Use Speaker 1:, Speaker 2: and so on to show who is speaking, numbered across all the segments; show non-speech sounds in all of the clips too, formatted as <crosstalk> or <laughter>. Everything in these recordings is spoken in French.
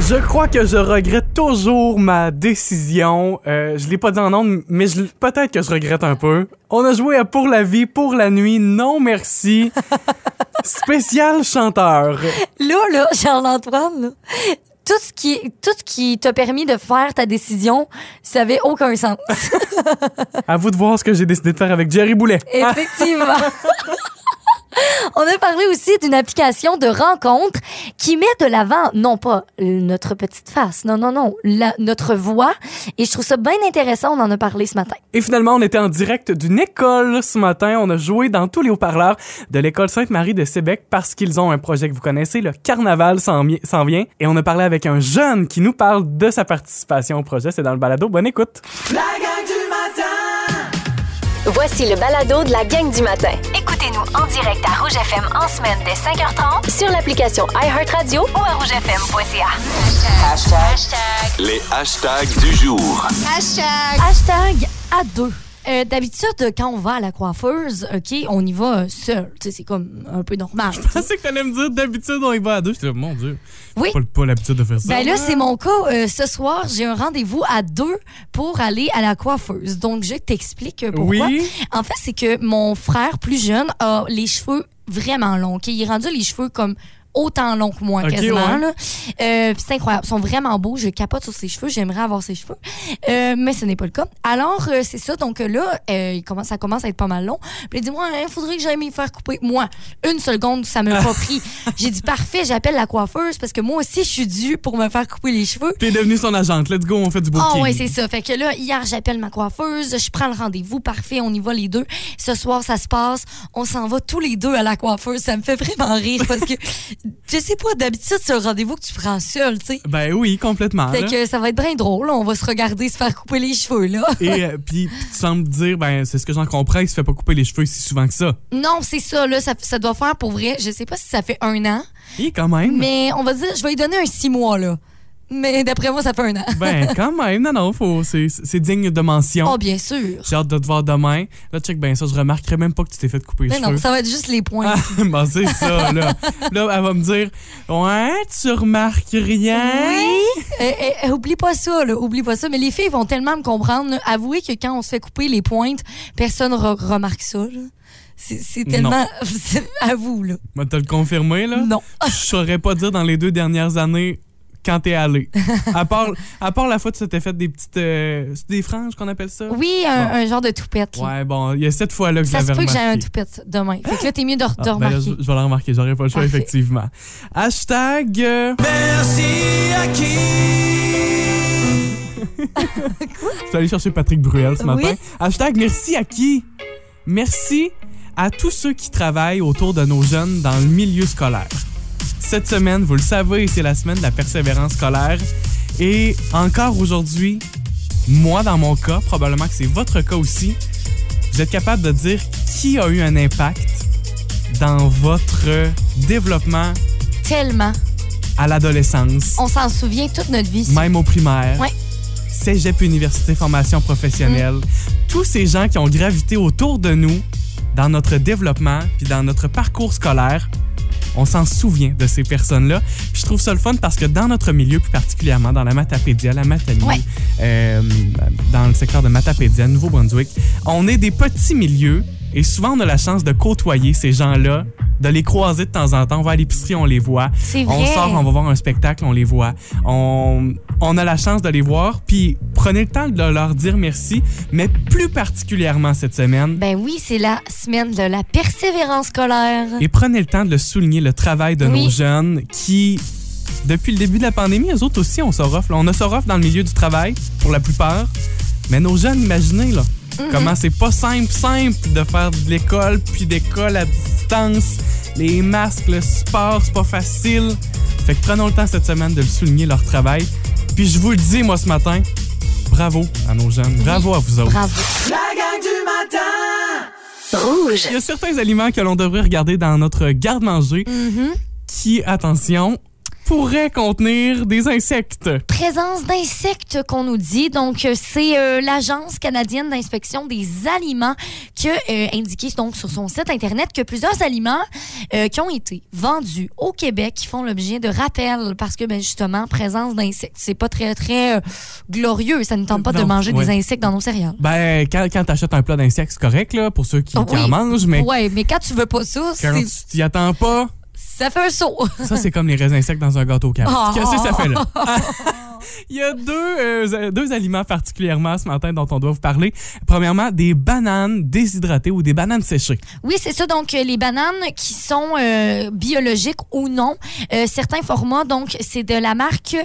Speaker 1: Je crois que je regrette toujours ma décision. Euh, je l'ai pas dit en ondes, mais je- peut-être que je regrette un peu. On a joué à Pour la vie, Pour la nuit, Non merci. Spécial chanteur.
Speaker 2: Là, là, <laughs> Charles-Antoine, là, tout ce qui, tout ce qui t'a permis de faire ta décision, ça avait aucun sens.
Speaker 1: À vous de voir ce que j'ai décidé de faire avec Jerry Boulet.
Speaker 2: Effectivement. <laughs> On a parlé aussi d'une application de rencontre qui met de l'avant, non pas euh, notre petite face, non, non, non, la- notre voix. Et je trouve ça bien intéressant, on en a parlé ce matin.
Speaker 1: Et finalement, on était en direct d'une école ce matin. On a joué dans tous les haut-parleurs de l'école Sainte-Marie de Sébec parce qu'ils ont un projet que vous connaissez, le Carnaval s'en mi- s'en vient. Et on a parlé avec un jeune qui nous parle de sa participation au projet. C'est dans le balado. Bonne écoute.
Speaker 3: La gang du matin
Speaker 4: Voici le balado de la gang du matin. Écoutez-nous en direct à Rouge FM en semaine dès 5h30 sur l'application iHeartRadio ou à rougefm.ca.
Speaker 5: Les hashtags du jour.
Speaker 2: Hashtag à deux. Euh, D'habitude, quand on va à la coiffeuse, OK, on y va euh, seul. Tu sais, C'est comme un peu normal.
Speaker 6: Je sais que t'allais me dire, d'habitude, on y va à deux. J'étais là, mon Dieu.
Speaker 2: Oui.
Speaker 6: Pas, pas l'habitude de faire ça.
Speaker 2: Ben là, c'est mon cas. Euh, ce soir, j'ai un rendez-vous à deux pour aller à la coiffeuse. Donc, je t'explique euh, pourquoi.
Speaker 1: Oui.
Speaker 2: En fait, c'est que mon frère plus jeune a les cheveux vraiment longs. OK? Il est rendu les cheveux comme autant longs que moi,
Speaker 6: OK,
Speaker 2: quasiment.
Speaker 6: ouais.
Speaker 2: là. Euh, puis c'est incroyable. Ils sont vraiment beaux. Je capote sur ses cheveux. J'aimerais avoir ses cheveux. Euh, mais ce n'est pas le cas. Alors, euh, c'est ça. Donc euh, là, euh, il commence, ça commence à être pas mal long. Puis il dit, moi, il faudrait que j'aille me faire couper. Moi, une seconde, ça
Speaker 6: <laughs>
Speaker 2: m'a pas pris. J'ai dit, parfait, j'appelle la coiffeuse parce que moi aussi, je suis due pour me faire couper les cheveux.
Speaker 6: T'es devenu son agente. Let's go, on fait du booking.
Speaker 2: Ah ouais, c'est ça. Fait que là, hier, j'appelle ma coiffeuse, je prends le rendez-vous, parfait, on y va les deux. Ce soir, ça se passe, on s'en va tous les deux à la coiffeuse. Ça me fait vraiment rire
Speaker 6: <laughs>
Speaker 2: parce que je sais pas, d'habitude, c'est un rendez-vous que tu prends seul, tu sais.
Speaker 6: Ben oui, complètement.
Speaker 2: Fait
Speaker 6: là.
Speaker 2: que ça va être bien drôle, on va se regarder se faire couper les cheveux, là. <laughs>
Speaker 6: Et euh, puis, puis tu sembles dire, ben c'est ce que j'en comprends, il se fait pas couper les cheveux si souvent que ça.
Speaker 2: Non, c'est ça, là, ça, ça doit faire pour vrai, je sais pas si ça fait un an,
Speaker 6: Et quand même.
Speaker 2: mais on va dire, je vais lui donner un six mois, là. Mais d'après moi, ça fait un an. <laughs>
Speaker 6: Ben quand même, non, non, faut, c'est, c'est digne de mention.
Speaker 2: Oh, bien sûr.
Speaker 6: J'ai hâte de te voir demain. Là, check ben ça, je remarquerai même pas que tu t'es fait couper les
Speaker 2: Mais
Speaker 6: cheveux.
Speaker 2: Ben non, ça va être juste les
Speaker 6: <laughs>
Speaker 2: points.
Speaker 6: Ah, ben c'est ça, là. là, elle va me dire, ouais, tu remarques rien.
Speaker 2: Oui. Eh, eh, eh, oublie pas ça, là, oublie pas ça. Mais les filles vont tellement me comprendre. là. Avouez que quand on se fait couper les pointes, personne re- remarque ça. là. C'est c'est tellement. <laughs> à vous, là.
Speaker 6: Moi, te le confirmer, là.
Speaker 2: Non.
Speaker 6: Je saurais pas dire dans les deux dernières années quand t'es allé. À part, à part la fois que tu t'es fait des petites. euh, c'est des franges qu'on appelle ça?
Speaker 2: Oui, un, un genre de toupette. là.
Speaker 6: Ouais, bon, il y a cette fois-là que
Speaker 2: ça se
Speaker 6: j'avais
Speaker 2: peut que j'ai un
Speaker 6: remarqué.
Speaker 2: toupette demain. Fait que là, t'es mieux de, de
Speaker 6: Ah, ben là,
Speaker 2: remarquer.
Speaker 6: je, je vais le remarquer, j'aurais pas le choix,
Speaker 2: Parfait.
Speaker 6: effectivement. Hashtag. euh,
Speaker 3: Merci à qui
Speaker 6: Je suis allé chercher Patrick Bruel ce
Speaker 2: Oui.
Speaker 6: matin. Hashtag merci à qui? Merci à tous ceux qui travaillent autour de nos jeunes dans le milieu scolaire. Cette semaine, vous le savez, c'est la semaine de la persévérance scolaire. Et encore aujourd'hui, moi dans mon cas, probablement que c'est votre cas aussi, vous êtes capable de dire qui a eu un impact dans votre développement
Speaker 2: Tellement.
Speaker 6: à l'adolescence,
Speaker 2: On s'en souvient toute notre vie.
Speaker 6: même au primaire.
Speaker 2: Ouais. Mm.
Speaker 6: cégep, université, formation professionnelle, tous ces gens qui ont gravité autour de nous dans notre développement puis dans notre parcours scolaire, on s'en souvient de ces personnes-là. Puis je trouve ça le fun parce que dans notre milieu, plus particulièrement dans la Matapédia, la Matanie,
Speaker 2: Ouais.
Speaker 6: euh, dans le secteur de Matapédia, Nouveau-Brunswick, on est des petits milieux et souvent on a la chance de côtoyer ces gens-là, de les croiser de temps en temps. On va à l'épicerie, on les voit.
Speaker 2: C'est
Speaker 6: On
Speaker 2: vrai.
Speaker 6: sort, on va voir un spectacle, on les voit. On, on a la chance de les voir, puis prenez le temps de leur dire merci, mais plus particulièrement cette semaine.
Speaker 2: Ben oui, c'est la semaine de la persévérance scolaire.
Speaker 6: Et prenez le temps de le souligner, le travail de
Speaker 2: Oui.
Speaker 6: nos jeunes qui, depuis le début de la pandémie, eux autres aussi, on s'en offre. là. On a s'en offre dans le milieu du travail, pour la plupart. Mais nos jeunes, imaginez, là, comment c'est pas simple, simple de faire de l'école, puis d'école à distance, les masques, le sport, c'est pas facile. Fait que prenons le temps cette semaine de le souligner, leur travail. Puis je vous le dis, moi, ce matin, bravo à nos jeunes, bravo à vous autres.
Speaker 2: Bravo.
Speaker 3: La gang du matin
Speaker 4: Rouge.
Speaker 6: Il y a
Speaker 2: Mm-hmm.
Speaker 6: certains aliments que l'on devrait regarder dans notre garde-manger qui, attention, pourrait contenir des insectes.
Speaker 2: Présence d'insectes qu'on nous dit. Donc, euh, c'est euh, l'Agence canadienne d'inspection des aliments qui a euh, indiqué donc, sur son site Internet que plusieurs aliments euh, qui ont été vendus au Québec qui font l'objet de rappels parce que, ben, justement, présence d'insectes, c'est pas très, très euh, glorieux. Ça ne tente pas de
Speaker 6: Non,
Speaker 2: manger des
Speaker 6: ouais.
Speaker 2: insectes dans nos céréales.
Speaker 6: Ben, quand, quand t'achètes un plat d'insectes, c'est correct, là, pour ceux qui,
Speaker 2: Ah
Speaker 6: qui en
Speaker 2: oui.
Speaker 6: mangent, mais
Speaker 2: Ouais, mais quand tu veux pas ça,
Speaker 6: quand
Speaker 2: c'est-
Speaker 6: tu t'y attends pas,
Speaker 2: ça fait un saut.
Speaker 6: ça, c'est comme les raisins secs dans un gâteau au carottes.
Speaker 2: Oh.
Speaker 6: Qu'est-ce que ça fait,
Speaker 2: <laughs>
Speaker 6: là? Il y a deux, euh, deux aliments particulièrement ce matin dont on doit vous parler. Premièrement, des bananes déshydratées ou des bananes séchées.
Speaker 2: Oui, c'est ça. Donc, euh, les bananes qui sont euh, biologiques ou non, euh, certains formats, donc, c'est de la marque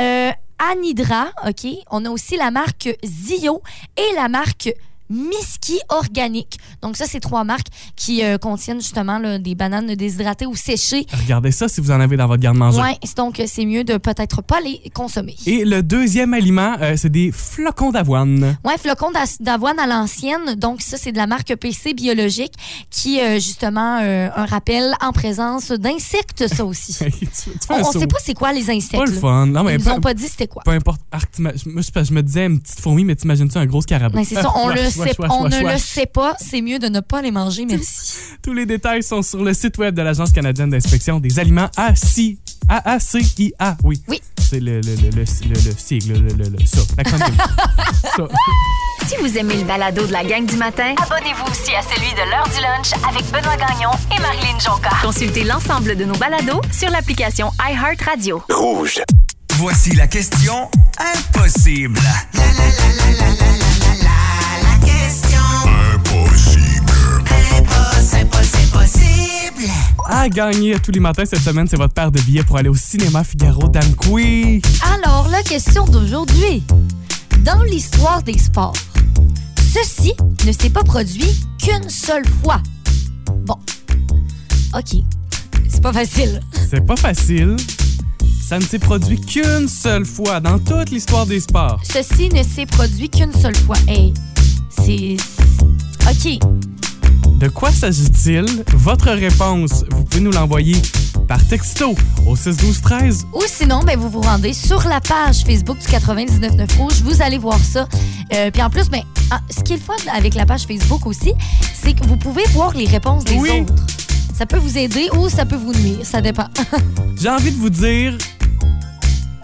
Speaker 2: euh, Anhydra, OK? On a aussi la marque Zio et la marque Miski Organique. Donc, ça, c'est trois marques qui euh, contiennent justement là, des bananes déshydratées ou séchées.
Speaker 6: Regardez ça si vous en avez dans votre garde-manger.
Speaker 2: Ouais, c'est donc, euh, c'est mieux de peut-être pas les consommer.
Speaker 6: Et le deuxième aliment, euh, c'est des flocons d'avoine.
Speaker 2: Ouais, flocons d'as- d'avoine à l'ancienne. Donc, ça, c'est de la marque PC Biologique qui, euh, justement, euh, un rappel en présence d'insectes, ça
Speaker 6: <laughs>
Speaker 2: aussi.
Speaker 6: tu, tu fais
Speaker 2: On,
Speaker 6: un
Speaker 2: on
Speaker 6: saut.
Speaker 2: sait pas c'est quoi les insectes.
Speaker 6: Pas le
Speaker 2: là.
Speaker 6: fun. Non, mais
Speaker 2: Ils nous
Speaker 6: peu,
Speaker 2: ont pas dit c'était quoi.
Speaker 6: peu importe. Ah, t'ima- je, me- je me disais une petite fourmi, mais t'imagines-tu un gros scarabée?
Speaker 2: Mais c'est ça,
Speaker 6: <laughs>
Speaker 2: on, le
Speaker 6: Wesh,
Speaker 2: sait,
Speaker 6: wesh, wesh,
Speaker 2: on
Speaker 6: wesh,
Speaker 2: ne le
Speaker 6: wesh.
Speaker 2: sait pas. C'est mieux de ne pas les manger, merci.
Speaker 6: Tous les détails sont sur le site web de l'Agence canadienne d'inspection des aliments ACI. A-A-C-I-A, oui.
Speaker 2: Oui.
Speaker 6: C'est le, le, le, le, le, le sigle, le, le, le- ça. L'acronyme. Ça.
Speaker 4: Si vous aimez le balado de la gang du matin, abonnez-vous aussi à celui de l'heure du lunch avec Benoît Gagnon et Marilyn Jonca. Consultez l'ensemble de nos balados sur l'application iHeartRadio.
Speaker 5: Rouge.
Speaker 7: Voici la question impossible.
Speaker 6: À gagner tous les matins cette semaine, c'est votre paire de billets pour aller au cinéma Figaro d'Amqui.
Speaker 2: Alors, la question d'aujourd'hui. Dans l'histoire des sports, ceci ne s'est pas produit qu'une seule fois. Bon. OK. C'est pas facile.
Speaker 6: C'est pas facile. Ça ne s'est produit qu'une seule fois dans toute l'histoire des sports.
Speaker 2: Ceci ne s'est produit qu'une seule fois. Hey, c'est. OK.
Speaker 6: De quoi s'agit-il? Votre réponse, vous pouvez nous l'envoyer par texto au 612-13.
Speaker 2: Ou sinon, ben, vous vous rendez sur la page Facebook du 99.9 Rouge. Vous allez voir ça. Euh, Puis en plus, ben, ah, ce qui est le fun avec la page Facebook aussi, c'est que vous pouvez voir les réponses des
Speaker 6: Oui.
Speaker 2: autres. Ça peut vous aider ou ça peut vous nuire. Ça dépend.
Speaker 6: J'ai envie de vous dire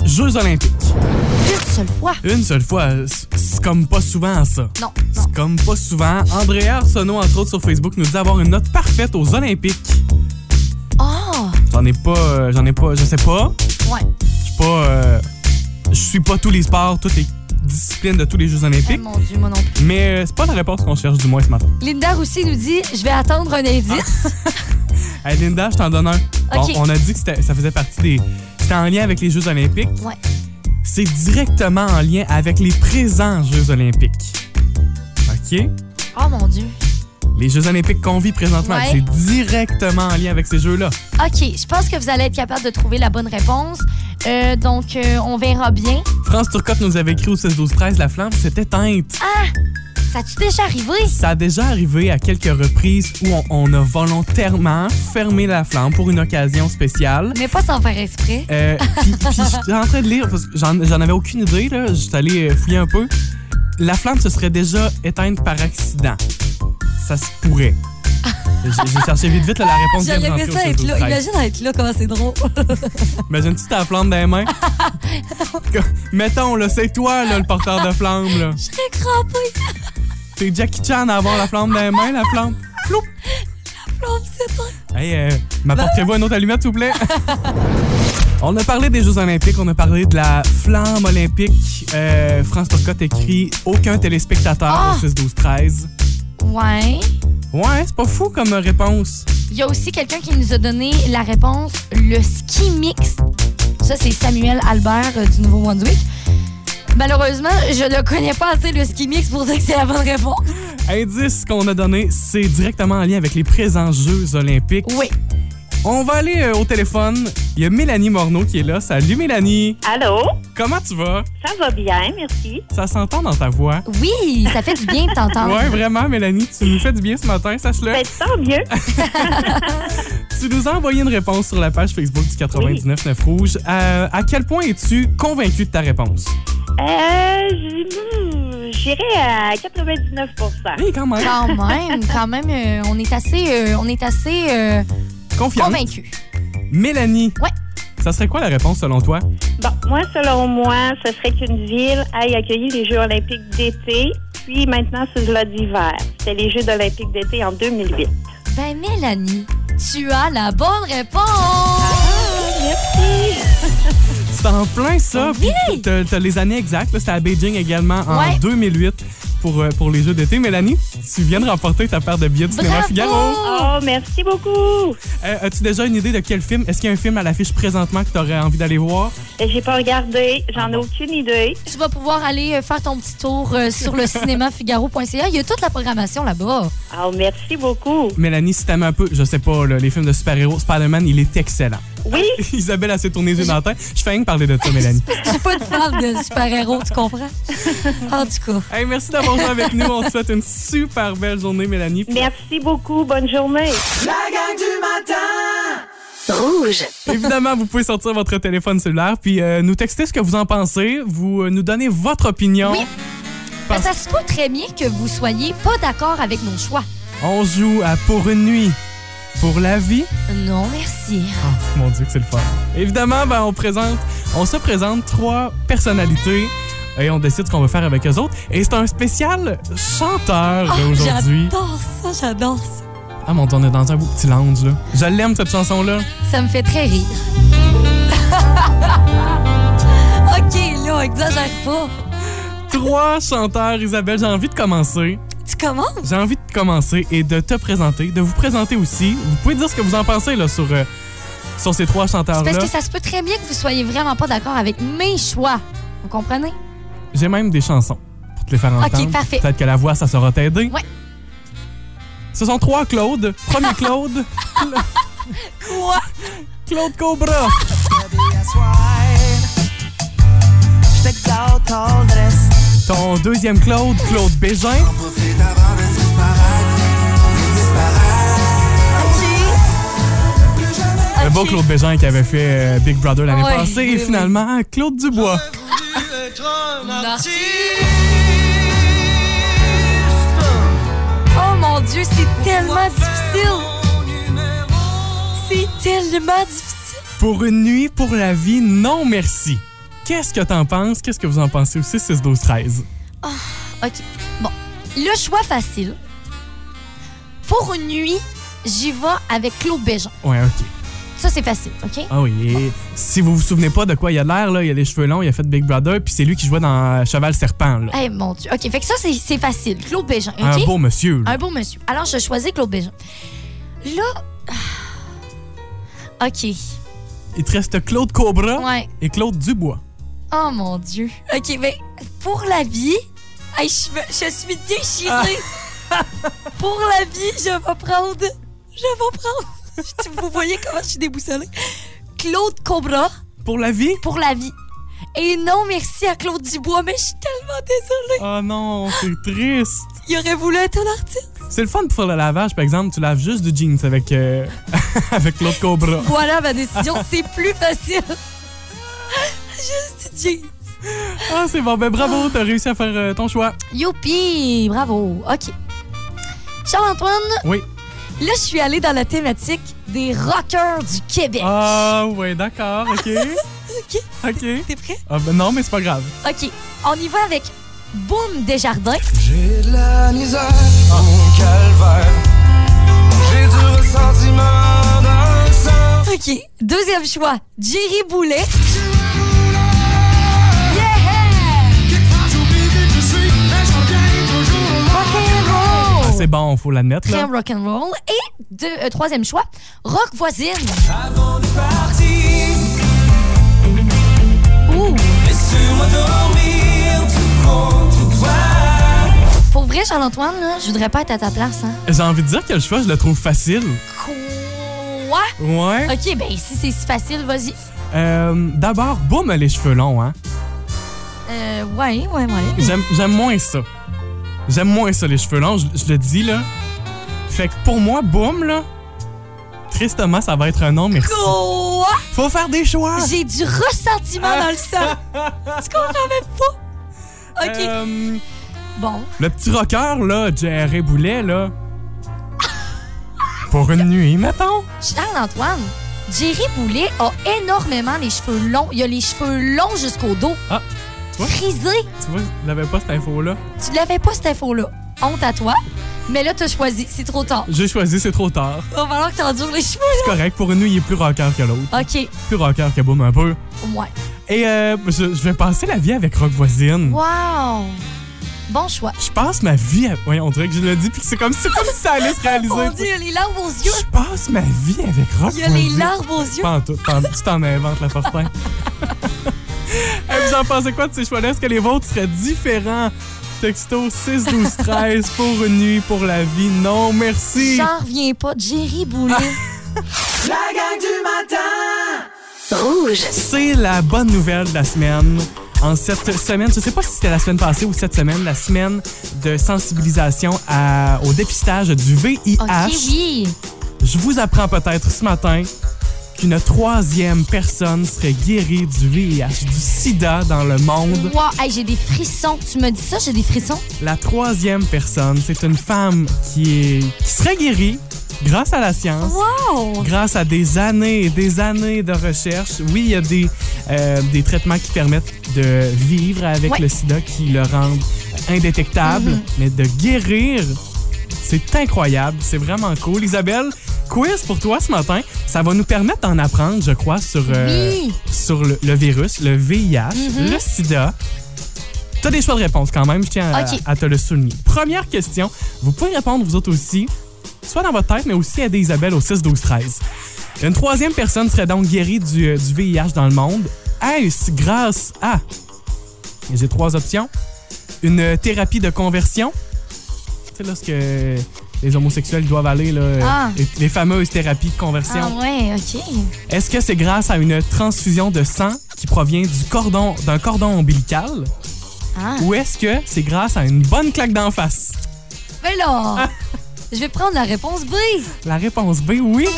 Speaker 6: Jeux olympiques.
Speaker 2: Une seule fois.
Speaker 6: Une seule fois, c'est- c'est comme pas souvent ça.
Speaker 2: Non, non.
Speaker 6: C'est comme pas souvent. Andrea Arsenault, entre autres sur Facebook, nous dit avoir une note parfaite aux Olympiques.
Speaker 2: Ah!
Speaker 6: J'en ai pas, euh, j'en ai pas, je sais pas.
Speaker 2: ouais.
Speaker 6: Je suis pas, euh, je suis pas tous les sports, toutes les disciplines de tous les Jeux
Speaker 2: Eh,
Speaker 6: olympiques.
Speaker 2: mon Dieu, moi non plus.
Speaker 6: Mais euh, c'est pas la réponse qu'on cherche du moins ce matin.
Speaker 2: Linda Roussy nous dit Je vais attendre un indice.
Speaker 6: Hey Linda, je t'en donne un.
Speaker 2: Ok.
Speaker 6: On, on a dit que c'était- ça faisait partie des. C'était en lien avec les Jeux Olympiques.
Speaker 2: Ouais.
Speaker 6: C'est directement en lien avec les présents Jeux Olympiques. OK?
Speaker 2: Oh mon Dieu.
Speaker 6: Les Jeux Olympiques qu'on vit présentement,
Speaker 2: Ouais.
Speaker 6: c'est directement en lien avec ces Jeux-là.
Speaker 2: OK, je pense que vous allez être capable de trouver la bonne réponse. Euh, donc, euh, on verra bien.
Speaker 6: France Turcotte nous avait écrit au 16-12-13 la flamme s'est éteinte.
Speaker 2: Ah. Ça a-tu déjà arrivé?
Speaker 6: Ça a déjà arrivé à quelques reprises où on, on a volontairement fermé la flamme pour une occasion spéciale.
Speaker 2: Mais pas sans faire exprès.
Speaker 6: Euh, puis, puis j'étais en train de lire, parce que j'en j'en avais aucune idée, là. J'étais allé euh, fouiller un peu. La flamme se serait déjà éteinte par accident. Ça se pourrait. J'ai j'ai cherché vite, vite, là, la réponse vient de rentrer au 16 12 13.
Speaker 2: être là, comment c'est drôle. <laughs>
Speaker 6: Imagine-tu ta flamme dans les mains? Mettons, là, c'est toi, là, le porteur de flamme,
Speaker 2: <laughs>
Speaker 6: là.
Speaker 2: Je serais crampée.
Speaker 6: T'es Jackie Chan à avoir la flamme dans les mains, la flamme. Floup!
Speaker 2: Non, c'est pas-
Speaker 6: Hey, euh, m'apporterez-vous une autre allumette, s'il vous plaît? on a parlé des Jeux olympiques, on a parlé de la flamme olympique. Euh, France Turcotte écrit « Aucun téléspectateur
Speaker 2: Ah!
Speaker 6: au 6-12-13
Speaker 2: Ouais. ».
Speaker 6: Ouais, c'est pas fou comme réponse.
Speaker 2: Il y a aussi quelqu'un qui nous a donné la réponse, le ski mix. Ça, c'est Samuel Albert euh, du Nouveau-Brunswick. Malheureusement, je ne connais pas assez le ski mix pour dire que c'est la bonne réponse.
Speaker 6: Indice qu'on a donné, c'est directement en lien avec les présents Jeux olympiques.
Speaker 2: Oui.
Speaker 6: On va aller euh, au téléphone. Il y a Mélanie Morneau qui est là. Salut Mélanie!
Speaker 8: Allô?
Speaker 6: Comment tu vas?
Speaker 8: Ça va bien, merci.
Speaker 6: Ça s'entend dans ta voix.
Speaker 2: Oui, ça fait du bien de t'entendre.
Speaker 6: Ouais, vraiment, Mélanie, tu nous fais du bien ce matin, sache-le.
Speaker 8: Ben, tant mieux.
Speaker 6: Tu Tu nous as envoyé une réponse sur la page Facebook du 99.9 Rouge. Euh, à quel point es-tu convaincu de ta réponse?
Speaker 8: Euh, je- hmm, J'irais à
Speaker 2: Ah.
Speaker 8: 99
Speaker 6: Oui, quand même.
Speaker 2: Quand même, quand même, euh, on est assez, euh, on est assez euh,
Speaker 6: Confiante.
Speaker 2: convaincus.
Speaker 6: Mélanie.
Speaker 2: Ouais.
Speaker 6: Ça serait quoi la réponse selon toi?
Speaker 8: Bon, moi, selon moi, ce serait qu'une ville aille accueillir les Jeux olympiques d'été, puis maintenant, c'est là d'hiver. C'était les Jeux olympiques d'été en 2008.
Speaker 2: Ben, Mélanie, tu as la bonne réponse!
Speaker 8: Merci!
Speaker 6: C'est en plein ça.
Speaker 2: Oui!
Speaker 6: Puis T'as t'as les années exactes. là, C'était à Beijing également en
Speaker 2: Ouais.
Speaker 6: 2008 pour, euh, pour les Jeux d'été. Mélanie, tu viens de remporter ta paire de billets du cinéma Figaro.
Speaker 2: Bravo!
Speaker 8: Oh, merci beaucoup!
Speaker 6: Euh, As-tu déjà une idée de quel film? Est-ce qu'il y a un film à l'affiche présentement que tu aurais envie d'aller voir?
Speaker 8: Ben, J'ai pas regardé, j'en ai aucune idée.
Speaker 2: Tu vas pouvoir aller euh, faire ton petit tour euh, sur le cinémafigaro.ca. Il y a toute la programmation là-bas.
Speaker 8: Oh, merci beaucoup!
Speaker 6: Mélanie, si t'aimes un peu, je sais pas, là, les films de super-héros, Spider-Man, il est excellent.
Speaker 8: Oui?
Speaker 6: <laughs> Isabelle a s'est tournée les yeux dans la tête. Je fais rien que parler de toi, Mélanie.
Speaker 2: Je suis pas une fan de super-héros, tu comprends? En tout cas.
Speaker 6: Hey, merci d'avoir joué avec nous. On te souhaite une super belle journée, Mélanie.
Speaker 8: Merci beaucoup, bonne journée!
Speaker 3: La gang du matin
Speaker 6: Évidemment, vous pouvez sortir votre téléphone cellulaire puis euh, nous texter ce que vous en pensez. Vous euh, nous donnez votre opinion.
Speaker 2: Oui.
Speaker 6: Parce-
Speaker 2: Ben, Ça se peut très bien que vous soyez pas d'accord avec nos choix.
Speaker 6: On joue à Pour une nuit, pour la vie.
Speaker 2: Non, merci.
Speaker 6: Ah, mon Dieu, que c'est le fun. Évidemment, ben, on, présente, on se présente trois personnalités et on décide ce qu'on va faire avec eux autres. Et c'est un spécial chanteur là, aujourd'hui.
Speaker 2: Oh, J'adore ça, j'adore ça.
Speaker 6: Ah mon Dieu, on est dans un beau petit lounge. Là. Je l'aime, cette chanson-là.
Speaker 2: Ça me fait très rire. <laughs> OK, là, exagère pas.
Speaker 6: Trois chanteurs, Isabelle, j'ai envie de commencer.
Speaker 2: Tu commences?
Speaker 6: J'ai envie de commencer et de te présenter, de vous présenter aussi. Vous pouvez dire ce que vous en pensez là, sur, euh, sur ces trois
Speaker 2: C'est parce
Speaker 6: chanteurs-là.
Speaker 2: que ça se peut très bien que vous soyez vraiment pas d'accord avec mes choix. Vous comprenez?
Speaker 6: J'ai même des chansons pour te les faire entendre.
Speaker 2: parfait.
Speaker 6: Peut-être que la voix, ça saura t'aider.
Speaker 2: Ouais.
Speaker 6: Ce sont trois Claude. Premier
Speaker 2: <laughs>
Speaker 6: Claude. Cla-
Speaker 2: Quoi?
Speaker 6: Claude Cobra. Ton deuxième Claude, Claude Bégin. Le beau Claude Bégin qui avait fait euh, Big Brother l'année
Speaker 2: Ouais,
Speaker 6: passée.
Speaker 2: oui,
Speaker 6: et
Speaker 2: oui.
Speaker 6: finalement, Claude Dubois.
Speaker 2: Oh mon Dieu, c'est tellement difficile. C'est tellement difficile.
Speaker 6: Pour une nuit, pour la vie, non merci. Qu'est-ce que t'en penses? Qu'est-ce que vous en pensez aussi, 6, 12, 13?
Speaker 2: OK. Bon. Le choix facile. Pour une nuit, j'y vais avec Claude Béjean.
Speaker 6: Ouais, OK.
Speaker 2: Ça, c'est facile, OK?
Speaker 6: Ah oui, et si vous vous souvenez pas de quoi il a l'air, là, il a les cheveux longs, il a fait Big Brother, puis c'est lui qui jouait dans Cheval Serpent. Là.
Speaker 2: Eh mon Dieu. OK, fait que ça, c'est- c'est facile. Claude Bégin, OK?
Speaker 6: Un beau monsieur. là.
Speaker 2: Un beau monsieur. Alors, je choisis Claude Bégin. Là. <sighs> ah, OK.
Speaker 6: Il te reste Claude Cobra
Speaker 2: Ouais.
Speaker 6: et Claude Dubois.
Speaker 2: Oh mon Dieu. OK, mais pour la vie, hey, je, me- je suis déchirée. pour la vie, je vais prendre. Je vais prendre. <laughs> Tu- Vous voyez comment je suis déboussolée? Claude Cobra
Speaker 6: Pour la vie?
Speaker 2: pour la vie. Et non, merci à Claude Dubois, mais je suis tellement désolée.
Speaker 6: Oh non, c'est triste.
Speaker 2: Il aurait voulu être un artiste.
Speaker 6: C'est le fun pour le lavage, par exemple, tu laves juste du jeans avec, euh, <laughs> avec Claude Cobra.
Speaker 2: Voilà ma décision, c'est plus facile. Juste dit.
Speaker 6: Ah, c'est bon, ben bravo, t'as réussi à faire euh, ton choix.
Speaker 2: Youpi, bravo. OK. Charles-Antoine,
Speaker 6: Oui.
Speaker 2: là, je suis allée dans la thématique des rockers du Québec.
Speaker 6: Ah, ouais, d'accord, ok.
Speaker 2: <laughs> OK.
Speaker 6: Ok.
Speaker 2: T'es prêt?
Speaker 6: Ah, ben non, mais c'est pas grave.
Speaker 2: OK. On y va avec Boom Desjardins.
Speaker 7: J'ai de la misère, mon calvaire. J'ai du ressentiment dans le sang.
Speaker 2: OK. Deuxième choix, Jerry Boulet. Oh.
Speaker 6: Ah, c'est bon, faut l'admettre,
Speaker 2: Très
Speaker 6: là.
Speaker 2: rock'n'roll. Et deux, euh, troisième choix, Rock Voisine.
Speaker 3: Avant de partir
Speaker 2: Ouh.
Speaker 3: Laisse-moi dormir tout contre toi
Speaker 2: Pour vrai, Charles-Antoine, là, je voudrais pas être à ta place. Hein.
Speaker 6: J'ai envie de dire que le choix, je le trouve facile.
Speaker 2: Quoi?
Speaker 6: Ouais.
Speaker 2: OK, ben si c'est si facile, vas-y.
Speaker 6: Euh, D'abord, boum, les cheveux longs, hein.
Speaker 2: Euh, ouais, ouais, ouais.
Speaker 6: J'aime j'aime moins ça. J'aime moins ça, les cheveux longs, je, je le dis, là. Fait que pour moi, boum, là. Chris, Chris Thomas, ça va être un nom, merci.
Speaker 2: Quoi?
Speaker 6: Faut faire des choix!
Speaker 2: J'ai du
Speaker 3: Ah.
Speaker 2: ressentiment dans le sang.
Speaker 3: <laughs>
Speaker 2: tu comprends même pas? OK.
Speaker 6: Euh,
Speaker 2: Bon.
Speaker 6: le petit rocker, là, Jerry Boulet,
Speaker 2: <laughs>
Speaker 6: là. Pour une nuit, mettons.
Speaker 2: Charles-Antoine, Jerry Boulet a énormément les cheveux longs. Il a les cheveux longs jusqu'au dos.
Speaker 6: Ah, tu vois?
Speaker 2: Frisés.
Speaker 6: Tu vois, je l'avais pas cette info-là.
Speaker 2: Tu l'avais pas, cette info-là. Honte à toi. Mais là, t'as choisi. C'est trop tard.
Speaker 6: J'ai choisi, c'est trop tard.
Speaker 2: Il va falloir que t'endures les cheveux,
Speaker 6: C'est correct, pour une nuit, il est plus rocker que l'autre.
Speaker 2: là. OK.
Speaker 6: Plus rocker que Boom un peu.
Speaker 2: Ouais.
Speaker 6: Et euh, je, je vais passer la vie avec Rock Voisine.
Speaker 2: Wow. Bon choix.
Speaker 6: Je passe ma vie à... Oui, on dirait que je le dis, puis que c'est comme, c'est comme si ça allait se réaliser.
Speaker 2: Oh Mon Dieu, il a les larmes aux yeux.
Speaker 6: Je passe ma vie avec Rock
Speaker 2: Il a les
Speaker 6: Voisine.
Speaker 2: larmes aux yeux.
Speaker 6: Pas en tout. Pas en- Tu t'en inventes, la
Speaker 2: <laughs>
Speaker 6: fortin. hey, vous en pensez quoi de ces choix-là? Est-ce que les vôtres seraient différents? Texto 6 12 13 pour une nuit, pour la vie. Non, merci.
Speaker 2: J'en reviens pas. Jerry Boulet.
Speaker 3: La gang du matin
Speaker 6: C'est la bonne nouvelle de la semaine. En cette semaine, je sais pas si c'était la semaine passée ou cette semaine, la semaine de sensibilisation à- au dépistage du VIH.
Speaker 2: OK, oui.
Speaker 6: Je vous apprends peut-être ce matin qu'une troisième personne serait guérie du VIH, du sida dans le monde.
Speaker 2: Wow. Hey, j'ai des frissons. Tu me dis ça, j'ai des frissons.
Speaker 6: La troisième personne, c'est une femme qui, est, qui serait guérie grâce à la science,
Speaker 2: Wow.
Speaker 6: grâce à des années et des années de recherche. Oui, il y a des, euh, des traitements qui permettent de vivre avec
Speaker 2: Ouais. Mhm.
Speaker 6: le sida, qui le rendent indétectable, mais de guérir, c'est incroyable, c'est vraiment cool. Isabelle, quiz pour toi ce matin. Ça va nous permettre d'en apprendre, je crois, sur... euh,
Speaker 2: Oui. Mhm.
Speaker 6: sur le, le virus, le VIH, le sida. T'as des choix de réponse quand même, je tiens à,
Speaker 2: Ok.
Speaker 6: à te le souligner. Première question, vous pouvez répondre vous autres aussi, soit dans votre tête, mais aussi aider Isabelle au 6-12-13. Une troisième personne serait donc guérie du, euh, du VIH dans le monde. Est-ce grâce à... J'ai trois options. Une euh, thérapie de conversion. Tu sais, lorsque les homosexuels doivent aller, là, euh,
Speaker 2: Ah.
Speaker 6: les, les fameuses thérapies de conversion.
Speaker 2: Ah ouais, OK.
Speaker 6: Est-ce que c'est grâce à une transfusion de sang qui provient du cordon d'un cordon ombilical
Speaker 2: Ah.
Speaker 6: ou est-ce que c'est grâce à une bonne claque d'en face
Speaker 2: Mais là, je vais prendre la réponse B.
Speaker 6: La réponse B oui.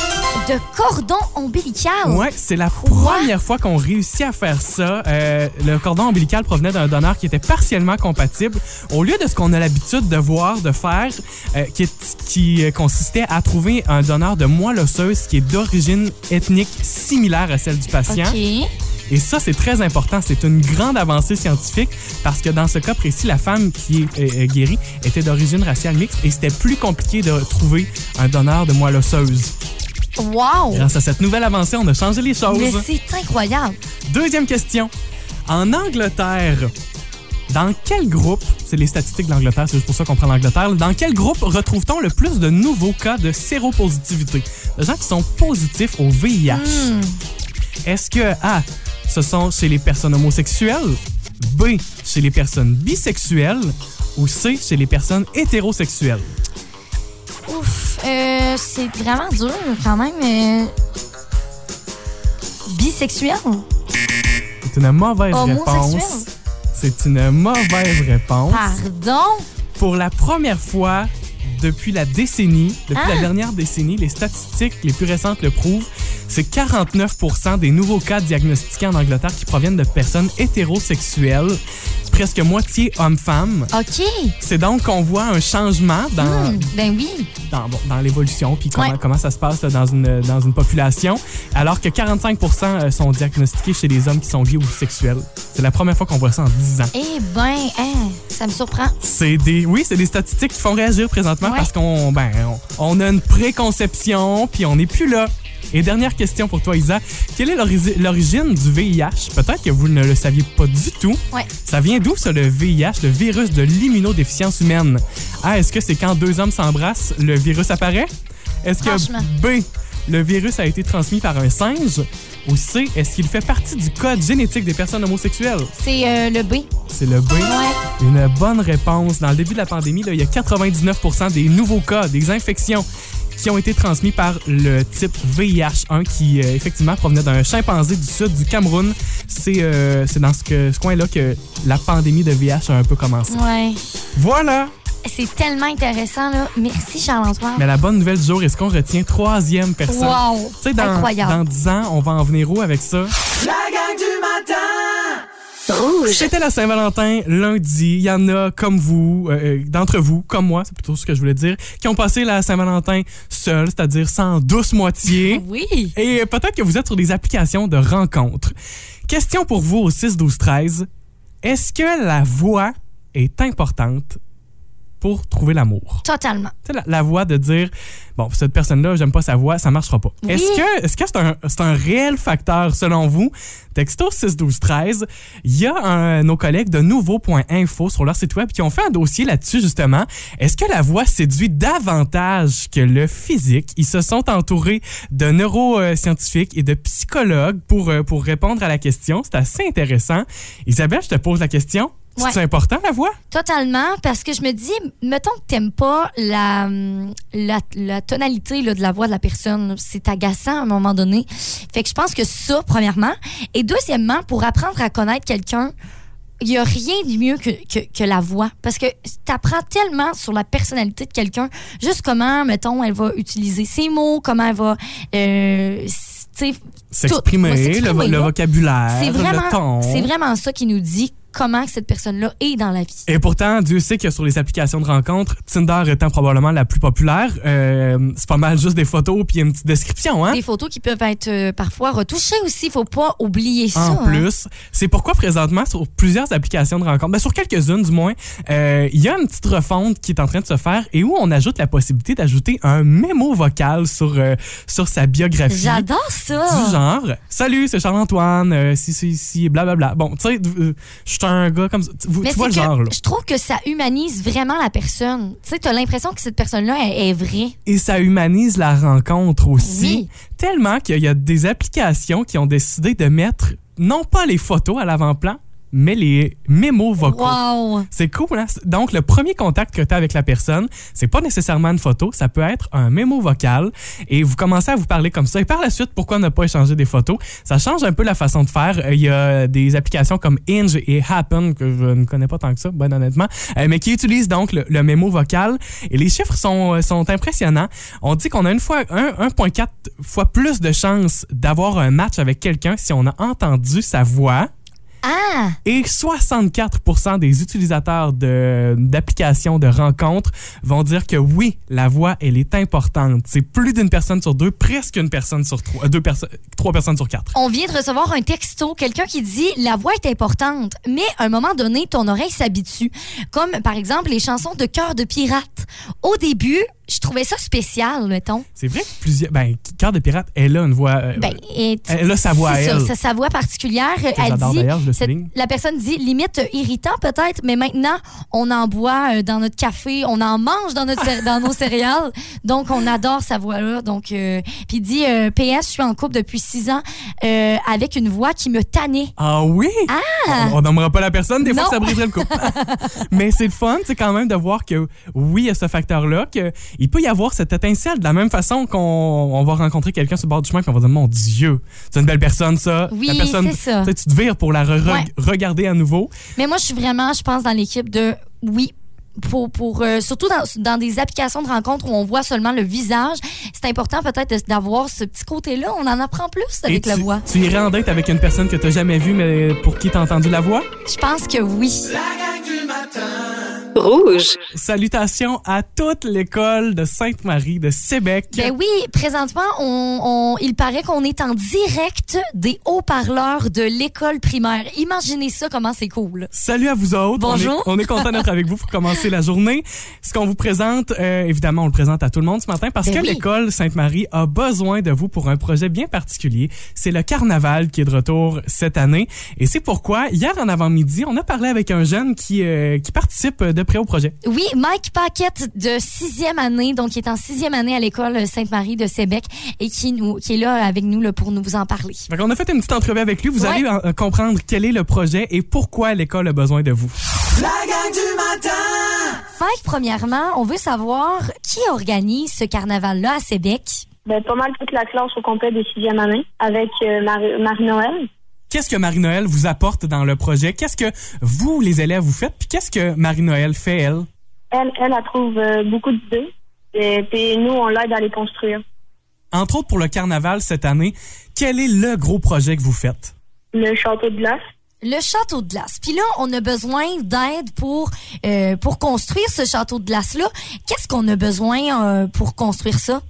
Speaker 2: De cordon ombilical.
Speaker 6: Ouais, c'est la première fois qu'on réussit à faire ça. Euh, le cordon ombilical provenait d'un donneur qui était partiellement compatible au lieu de ce qu'on a l'habitude de voir de faire euh, qui est- qui euh, consistait à trouver un donneur de moelle osseuse qui est d'origine ethnique similaire à celle du patient.
Speaker 2: OK.
Speaker 6: Et ça, c'est très important. C'est une grande avancée scientifique parce que dans ce cas précis, la femme qui est euh, euh, guérie était d'origine raciale mixte et c'était plus compliqué de trouver un donneur de moelle osseuse.
Speaker 2: Wow.
Speaker 6: Grâce à cette nouvelle avancée, on a changé les choses.
Speaker 2: Oh. Mais c'est incroyable.
Speaker 6: Deuxième question. En Angleterre, dans quel groupe, c'est les statistiques de l'Angleterre, c'est juste pour ça qu'on prend l'Angleterre, dans quel groupe retrouve-t-on le plus de nouveaux cas de séropositivité? De gens qui sont positifs au VIH. Est-ce que A, ce sont chez les personnes homosexuelles, B, chez les personnes bisexuelles, ou C, chez les personnes hétérosexuelles?
Speaker 2: Ouf. Euh, c'est vraiment dur quand même. euh, Bisexuel.
Speaker 6: C'est une mauvaise
Speaker 2: Homosexuel.
Speaker 6: réponse. C'est une mauvaise réponse.
Speaker 2: Ah, Pardon.
Speaker 6: pour la première fois depuis la décennie, depuis
Speaker 2: Ah!
Speaker 6: la dernière décennie, les statistiques les plus récentes le prouvent, c'est 49 des nouveaux cas diagnostiqués en Angleterre qui proviennent de personnes hétérosexuelles, presque moitié hommes-femmes.
Speaker 2: OK.
Speaker 6: C'est donc qu'on voit un changement dans,
Speaker 2: Hmm, Ben oui.
Speaker 6: dans, bon, dans l'évolution, puis comment,
Speaker 2: Ouais.
Speaker 6: comment ça se passe là, dans, une, dans une population, alors que 45 euh, sont diagnostiqués chez les hommes qui sont gays ou sexuels. C'est la première fois qu'on voit ça en 10 ans.
Speaker 2: Eh ben, hein, ça me surprend.
Speaker 6: C'est des, oui, c'est des statistiques qui font réagir présentement
Speaker 2: Ouais.
Speaker 6: parce qu'on ben, on, on a une préconception, puis on n'est plus là. Et dernière question pour toi, Isa. Quelle est l'ori- l'origine du VIH? Peut-être que vous ne le saviez pas du tout.
Speaker 2: Ouais.
Speaker 6: Ça vient d'où, ça, le VIH, le virus de l'immunodéficience humaine? A, est-ce que c'est quand deux hommes s'embrassent, le virus apparaît? Est-ce que
Speaker 2: Franchement.
Speaker 6: B, le virus a été transmis par un singe? Ou C, est-ce qu'il fait partie du code génétique des personnes homosexuelles?
Speaker 2: C'est euh, le B.
Speaker 6: C'est le B. Une bonne réponse. Dans le début de la pandémie, là, il y a 99 des nouveaux cas, des infections qui ont été transmis par le type VIH1 qui, euh, effectivement, provenait d'un chimpanzé du sud du Cameroun. C'est euh, c'est dans ce, que- ce coin-là que la pandémie de VIH a un peu commencé.
Speaker 2: Ouais.
Speaker 6: Voilà!
Speaker 2: C'est tellement intéressant, là. Merci, Charles-Antoine.
Speaker 6: Mais la bonne nouvelle du jour est ce qu'on retient troisième personne.
Speaker 2: Wow!
Speaker 6: Tu sais, dans,
Speaker 2: Incroyable.
Speaker 6: dans 10 ans, on va en venir où avec ça?
Speaker 3: La gang du matin.
Speaker 6: C'était la Saint-Valentin lundi. Il y en a comme vous, euh, euh, d'entre vous, comme moi, c'est plutôt ce que je voulais dire, qui ont passé la Saint-Valentin seul, c'est-à-dire sans douce
Speaker 2: <laughs>
Speaker 6: moitié.
Speaker 2: Oui!
Speaker 6: Et euh, peut-être que vous êtes sur des applications de rencontres. Question pour vous au 6-12-13. Est-ce que la voix est importante pour trouver l'amour?
Speaker 2: Totalement.
Speaker 6: Tu sais, la, la voix de dire, bon, cette personne-là, j'aime pas sa voix, ça marchera pas.
Speaker 2: Oui.
Speaker 6: Est-ce que est-ce que c'est un, c'est un réel facteur selon vous? Texto 61213, il y a un- nos collègues de nouveau.info sur leur site web qui ont fait un dossier là-dessus justement. Est-ce que la voix séduit davantage que le physique? Ils se sont entourés de neuroscientifiques et de psychologues pour, euh, pour répondre à la question. C'est assez intéressant. Isabelle, je te pose la question.
Speaker 2: Ouais.
Speaker 6: C'est important la voix?
Speaker 2: Totalement, parce que je me dis, mettons que t'aimes pas la, hum, la, la tonalité là, de la voix de la personne, c'est agaçant à un moment donné. Fait que je pense que ça, premièrement. Et deuxièmement, pour apprendre à connaître quelqu'un, il n'y a rien de mieux que, que, que la voix. Parce que tu apprends tellement sur la personnalité de quelqu'un, juste comment, mettons, elle va utiliser ses mots, comment elle va... euh, s- tu sais,
Speaker 6: S'exprimer,
Speaker 2: Tout.
Speaker 6: le,
Speaker 2: Ouais,
Speaker 6: vo-
Speaker 2: s'exprimer,
Speaker 6: le
Speaker 2: là.
Speaker 6: vocabulaire,
Speaker 2: c'est
Speaker 6: le ton.
Speaker 2: vraiment, c'est vraiment ça qui nous dit comment que cette personne-là est dans la vie.
Speaker 6: Et pourtant, Dieu sait que sur les applications de rencontres, Tinder étant probablement la plus populaire, euh, c'est pas mal juste des photos puis une petite description, hein?
Speaker 2: des photos qui peuvent être euh, parfois retouchées aussi. Faut pas oublier ça.
Speaker 6: En
Speaker 2: hein.
Speaker 6: plus, c'est pourquoi présentement sur plusieurs applications de rencontres, ben sur quelques-unes du moins, euh, il y a une petite refonte qui est en train de se faire et où on ajoute la possibilité d'ajouter un mémo vocal sur euh, sur sa biographie.
Speaker 2: J'adore
Speaker 6: du
Speaker 2: ça.
Speaker 6: genre Salut, c'est Charles-Antoine, euh, si, si, si, blablabla. Bon, tu sais, euh, je suis un gars comme ça. Tu vous-
Speaker 2: Mais
Speaker 6: tu
Speaker 2: c'est
Speaker 6: vois le
Speaker 2: que
Speaker 6: genre, là.
Speaker 2: je trouve que ça humanise vraiment la personne. Tu sais, t'as l'impression que cette personne-là elle est vraie.
Speaker 6: Et ça humanise la rencontre aussi.
Speaker 2: Oui.
Speaker 6: Tellement qu'il y a des applications qui ont décidé de mettre non pas les photos à l'avant-plan, mais les mémos vocaux.
Speaker 2: Wow.
Speaker 6: C'est cool, hein? Donc, le premier contact que tu as avec la personne, c'est pas nécessairement une photo, ça peut être un mémo vocal. Et vous commencez à vous parler comme ça. Et par la suite, pourquoi ne pas échanger des photos? Ça change un peu la façon de faire. Euh, Il y a des applications comme Inge et Happen, que je ne connais pas tant que ça, ben honnêtement, euh, mais qui utilisent donc le, le mémo vocal. Et les chiffres sont, euh, sont impressionnants. On dit qu'on a une fois un- 1,4 fois plus de chances d'avoir un match avec quelqu'un si on a entendu sa voix.
Speaker 2: Ah,
Speaker 6: Et 64 des utilisateurs de- d'applications de, rencontres vont dire que oui, la voix, elle est importante. C'est plus d'une personne sur deux, presque une personne sur trois, euh, deux personnes, trois personnes sur quatre.
Speaker 2: on vient de recevoir un texto, quelqu'un qui dit la voix est importante, mais à un moment donné, ton oreille s'habitue. Comme par exemple les chansons de cœur de pirate. Au début, je trouvais ça spécial, mettons.
Speaker 6: C'est vrai que plusieurs. Ben, Cœur de Pirate, elle a une voix. euh,
Speaker 2: Ben, et tu-
Speaker 6: elle a sa voix, à
Speaker 2: c'est ça,
Speaker 6: elle.
Speaker 2: sa- sa voix particulière. Elle
Speaker 6: j'adore
Speaker 2: dit,
Speaker 6: d'ailleurs, je le
Speaker 2: cette-
Speaker 6: souligne.
Speaker 2: la personne dit limite euh, irritant peut-être, mais maintenant on en boit euh, dans notre café, on en mange dans notre cé-
Speaker 6: <laughs>
Speaker 2: dans nos céréales, donc on adore sa voix là. Donc euh, puis il dit euh, PS, je suis en couple depuis six ans euh, avec une voix qui me tannait.
Speaker 6: Ah oui? On on nommera pas la personne, des fois
Speaker 2: Ah! Non.
Speaker 6: ça briserait le
Speaker 2: <laughs>
Speaker 6: couple. Mais c'est le fun, c'est quand même de voir que oui, il y a ce facteur-là, qu'il peut y avoir cette étincelle de la même façon qu'on on va rencontrer quelqu'un sur le bord du chemin et on va dire Mon Dieu, c'est une belle personne, ça.
Speaker 2: Oui,
Speaker 6: La personne,
Speaker 2: c'est ça.
Speaker 6: tu sais, Tu te vires pour la re- re-
Speaker 2: Ouais.
Speaker 6: regarder à nouveau.
Speaker 2: Mais moi je suis vraiment, je pense dans l'équipe de oui. Pour, pour euh, surtout dans, dans des applications de rencontres où on voit seulement le visage, c'est important peut-être de- d'avoir ce petit côté-là. On en apprend plus avec
Speaker 6: et
Speaker 2: la
Speaker 6: tu,
Speaker 2: voix.
Speaker 6: tu irais en date avec une personne que tu jamais vue, mais pour qui tu as entendu la voix.
Speaker 2: Je pense que oui.
Speaker 6: Salutations à toute l'école de Sainte-Marie de Sébec.
Speaker 2: Ben oui, présentement, on, on- il paraît qu'on est en direct des haut-parleurs de l'école primaire. Imaginez ça, comment c'est cool.
Speaker 6: Salut à vous autres.
Speaker 2: Bonjour.
Speaker 6: On est, on est content d'être avec vous pour commencer la journée. Ce qu'on vous présente, euh, évidemment, on le présente à tout le monde ce matin parce
Speaker 2: Ben
Speaker 6: que
Speaker 2: oui.
Speaker 6: l'école Sainte-Marie a besoin de vous pour un projet bien particulier. C'est le carnaval qui est de retour cette année. Et c'est pourquoi, hier en avant-midi, on a parlé avec un jeune qui, euh, qui participe de près au projet.
Speaker 2: Oui, Mike Paquette de sixième année, donc qui est en sixième année à l'école Sainte-Marie de Sébec et qui, nous, qui est là avec nous là, pour nous vous en parler.
Speaker 6: Fait qu'on a fait une petite entrevue avec lui. Vous
Speaker 2: Ouais.
Speaker 6: allez en- euh, comprendre quel est le projet et pourquoi l'école a besoin de vous.
Speaker 3: La gang du matin.
Speaker 2: Mike, premièrement, on veut savoir qui organise ce carnaval-là à Sébec.
Speaker 8: Ben, pas mal toute la classe au complet des sixième années avec euh, Marie- Marie-Noël.
Speaker 6: Qu'est-ce que Marie-Noël vous apporte dans le projet? Qu'est-ce que vous, les élèves, vous faites? Puis qu'est-ce que Marie-Noël fait, elle?
Speaker 8: elle, elle, elle trouve euh, beaucoup d'idées. Et puis nous, on l'aide à les construire.
Speaker 6: Entre autres pour le carnaval cette année, quel est le gros projet que vous faites?
Speaker 8: Le château de glace.
Speaker 2: Le château de glace. Puis là, on a besoin d'aide pour euh, pour construire ce château de glace-là. Qu'est-ce qu'on a besoin euh, pour construire ça?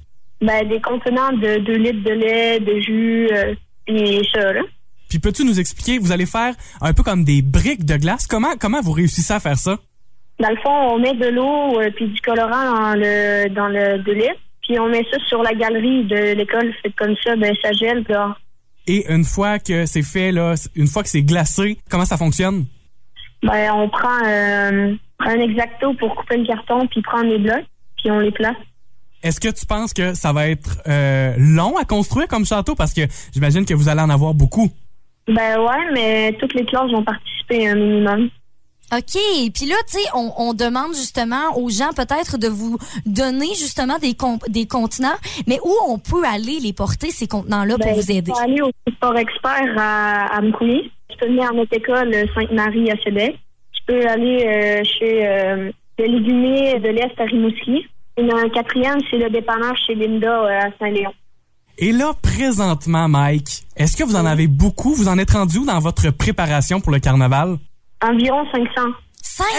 Speaker 8: Ben, des contenants de 2 litres de lait, de jus, euh, et ça, là.
Speaker 6: Puis peux-tu nous expliquer, vous allez faire un peu comme des briques de glace. Comment, comment vous réussissez à faire ça?
Speaker 8: Dans le fond, on met de l'eau euh, puis du colorant dans le dans le 2 litres. Puis on met ça sur la galerie de l'école. Fait que comme ça, ben, ça gèle. puis on-
Speaker 6: Et une fois que c'est fait, là, une fois que c'est glacé, comment ça fonctionne?
Speaker 8: ben, on prend, euh, prend un exacto pour couper le carton puis prendre les blocs. Puis on les place.
Speaker 6: Est-ce que tu penses que ça va être euh, long à construire comme château? Parce que j'imagine que vous allez en avoir beaucoup.
Speaker 8: Ben ouais, mais toutes les classes vont participer un minimum.
Speaker 2: OK. Puis là, tu sais, on, on demande justement aux gens peut-être de vous donner justement des, com- des contenants, mais où on peut aller les porter, ces contenants-là, pour
Speaker 8: Ben,
Speaker 2: vous aider?
Speaker 8: Je peux aller au sport expert à, à Mcouy. Je peux venir à notre école euh, Sainte-Marie à Québec. Je peux aller euh, chez euh, le légumier de l'Est à Rimouski. Et le quatrième, c'est le dépanneur chez Linda euh, à Saint-Léon.
Speaker 6: Et là, présentement, Mike, est-ce que vous en avez beaucoup? Vous en êtes rendu où dans votre préparation pour le carnaval?
Speaker 8: Environ 500.
Speaker 2: 500!